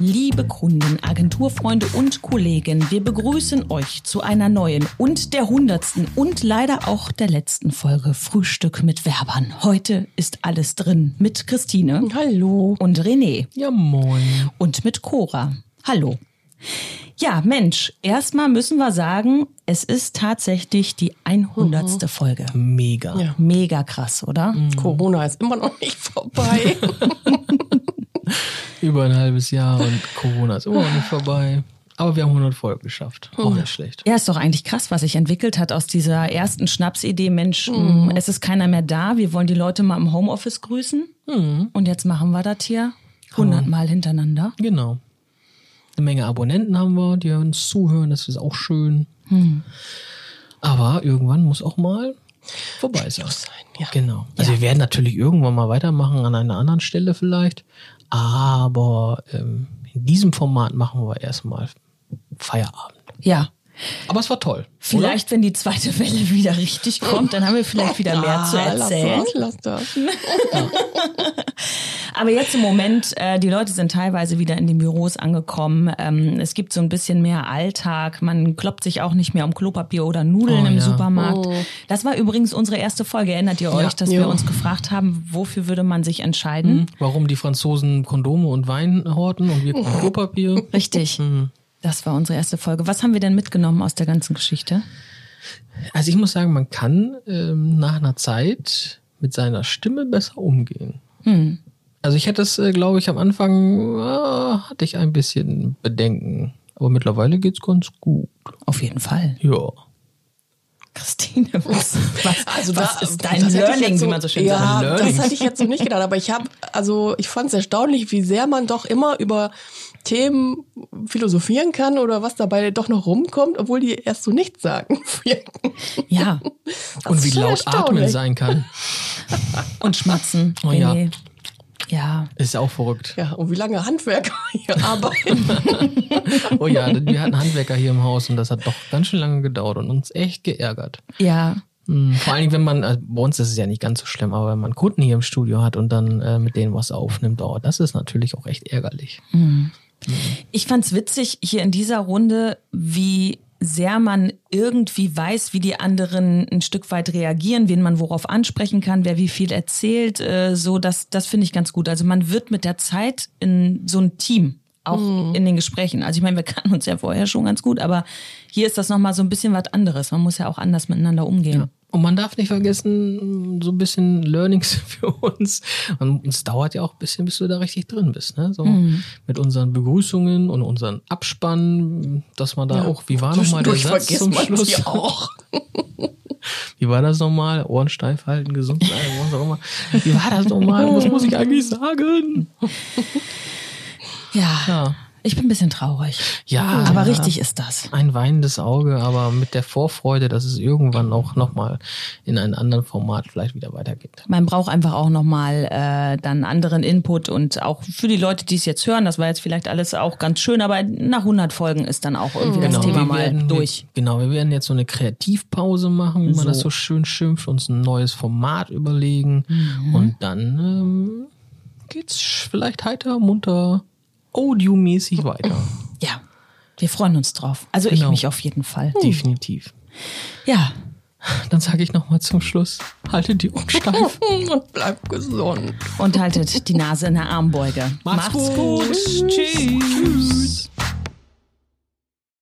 Liebe Kunden, Agenturfreunde und Kollegen, wir begrüßen euch zu einer neuen und der hundertsten und leider auch der letzten Folge Frühstück mit Werbern. Heute ist alles drin mit Christine Hallo. und René Ja, moin. und mit Cora. Hallo. Ja, Mensch, erstmal müssen wir sagen, es ist tatsächlich die 100. Folge. Mega. Ja. Mega krass, oder? Corona ist immer noch nicht vorbei. Über ein halbes Jahr und Corona ist immer noch nicht vorbei. Aber wir haben 100 Folgen geschafft. Auch nicht schlecht. Ja, ist doch eigentlich krass, was sich entwickelt hat aus dieser ersten Schnapsidee. Mensch, mh, es ist keiner mehr da. Wir wollen die Leute mal im Homeoffice grüßen. Und jetzt machen wir das hier hundertmal hintereinander. Genau. Eine Menge Abonnenten haben wir, die uns zuhören. Das ist auch schön. Aber irgendwann muss auch mal vorbei sein. ja. Genau. Also wir werden natürlich irgendwann mal weitermachen an einer anderen Stelle vielleicht. Aber ähm, in diesem Format machen wir erstmal Feierabend. Ja. Aber es war toll. Vielleicht, wenn die zweite Welle wieder richtig kommt, dann haben wir vielleicht wieder mehr zu Ah, erzählen. Lass das, lass das. Aber jetzt im Moment, äh, die Leute sind teilweise wieder in den Büros angekommen. Ähm, es gibt so ein bisschen mehr Alltag. Man kloppt sich auch nicht mehr um Klopapier oder Nudeln Oh, im ja. Supermarkt. Das war übrigens unsere erste Folge. Erinnert ihr euch, dass Ja. wir uns gefragt haben, wofür würde man sich entscheiden? Warum die Franzosen Kondome und Wein horten und wir Klopapier? Richtig. Das war unsere erste Folge. Was haben wir denn mitgenommen aus der ganzen Geschichte? Also ich muss sagen, man kann ähm, nach einer Zeit mit seiner Stimme besser umgehen. Hm. Also ich hätte es, äh, glaube ich, am Anfang äh, hatte ich ein bisschen Bedenken. Aber mittlerweile geht's ganz gut. Auf jeden Fall. Ja. Christine, was, was, Also, was Also da- ist dein das hätte ich Learning, jetzt so, wie man so schön ja, sagt? Ja, das hatte ich jetzt noch nicht gedacht, aber ich habe, also ich fand es erstaunlich, wie sehr man doch immer über Themen philosophieren kann oder was dabei doch noch rumkommt, obwohl die erst so nichts sagen. Ja. Und wie ist schon laut Atmen erstaunlich. sein kann, Und schmatzen. Oh ja. René. Ja. ist ja auch verrückt. ja, und wie lange Handwerker hier arbeiten. Oh ja, denn wir hatten Handwerker hier im Haus und das hat doch ganz schön lange gedauert und uns echt geärgert. Ja. Hm, Vor allen Dingen, wenn man, also bei uns ist es ja nicht ganz so schlimm, aber wenn man Kunden hier im Studio hat und dann äh, mit denen was aufnimmt, oh, das ist natürlich auch echt ärgerlich. Ich fand's witzig hier in dieser Runde, wie sehr man irgendwie weiß, wie die anderen ein Stück weit reagieren, wen man worauf ansprechen kann, wer wie viel erzählt, äh, so das das finde ich ganz gut. Also man wird mit der Zeit in so ein Team auch in den Gesprächen. Also ich meine, wir kannten uns ja vorher schon ganz gut, aber hier ist das noch mal so ein bisschen was anderes. Man muss ja auch anders miteinander umgehen. Und man darf nicht vergessen, so ein bisschen Learnings für uns. Und es dauert ja auch ein bisschen, bis du da richtig drin bist. Ne? So Mit unseren Begrüßungen und unseren Abspannen, dass man da auch, wie war nochmal der Zwischendurch Satz vergisst zum man die Schluss? auch. Wie war das nochmal? Ohren steif halten, gesund bleiben, was auch immer. Wie war das nochmal? Was muss ich eigentlich sagen? Ja. Ja. Ich bin ein bisschen traurig. Ja. aber ja. richtig ist das. ein weinendes Auge, aber mit der Vorfreude, dass es irgendwann auch nochmal in einem anderen Format vielleicht wieder weitergeht. Man braucht einfach auch nochmal äh, dann anderen Input und auch für die Leute, die es jetzt hören, das war jetzt vielleicht alles auch ganz schön, aber nach 100 Folgen ist dann auch Mhm. irgendwie Genau. das Thema mal durch. Wir, genau, wir werden jetzt so eine Kreativpause machen, wie man So. das so schön schimpft, uns ein neues Format überlegen Mhm. und dann ähm, geht's vielleicht heiter, munter, Oh. audiomäßig weiter. Ja, wir freuen uns drauf. Also ich Genau. mich auf jeden Fall. Definitiv. Ja, Dann sage ich nochmal zum Schluss, haltet die Ohren steif. Und bleib gesund. und haltet die Nase in der Armbeuge. Macht's gut. Tschüss.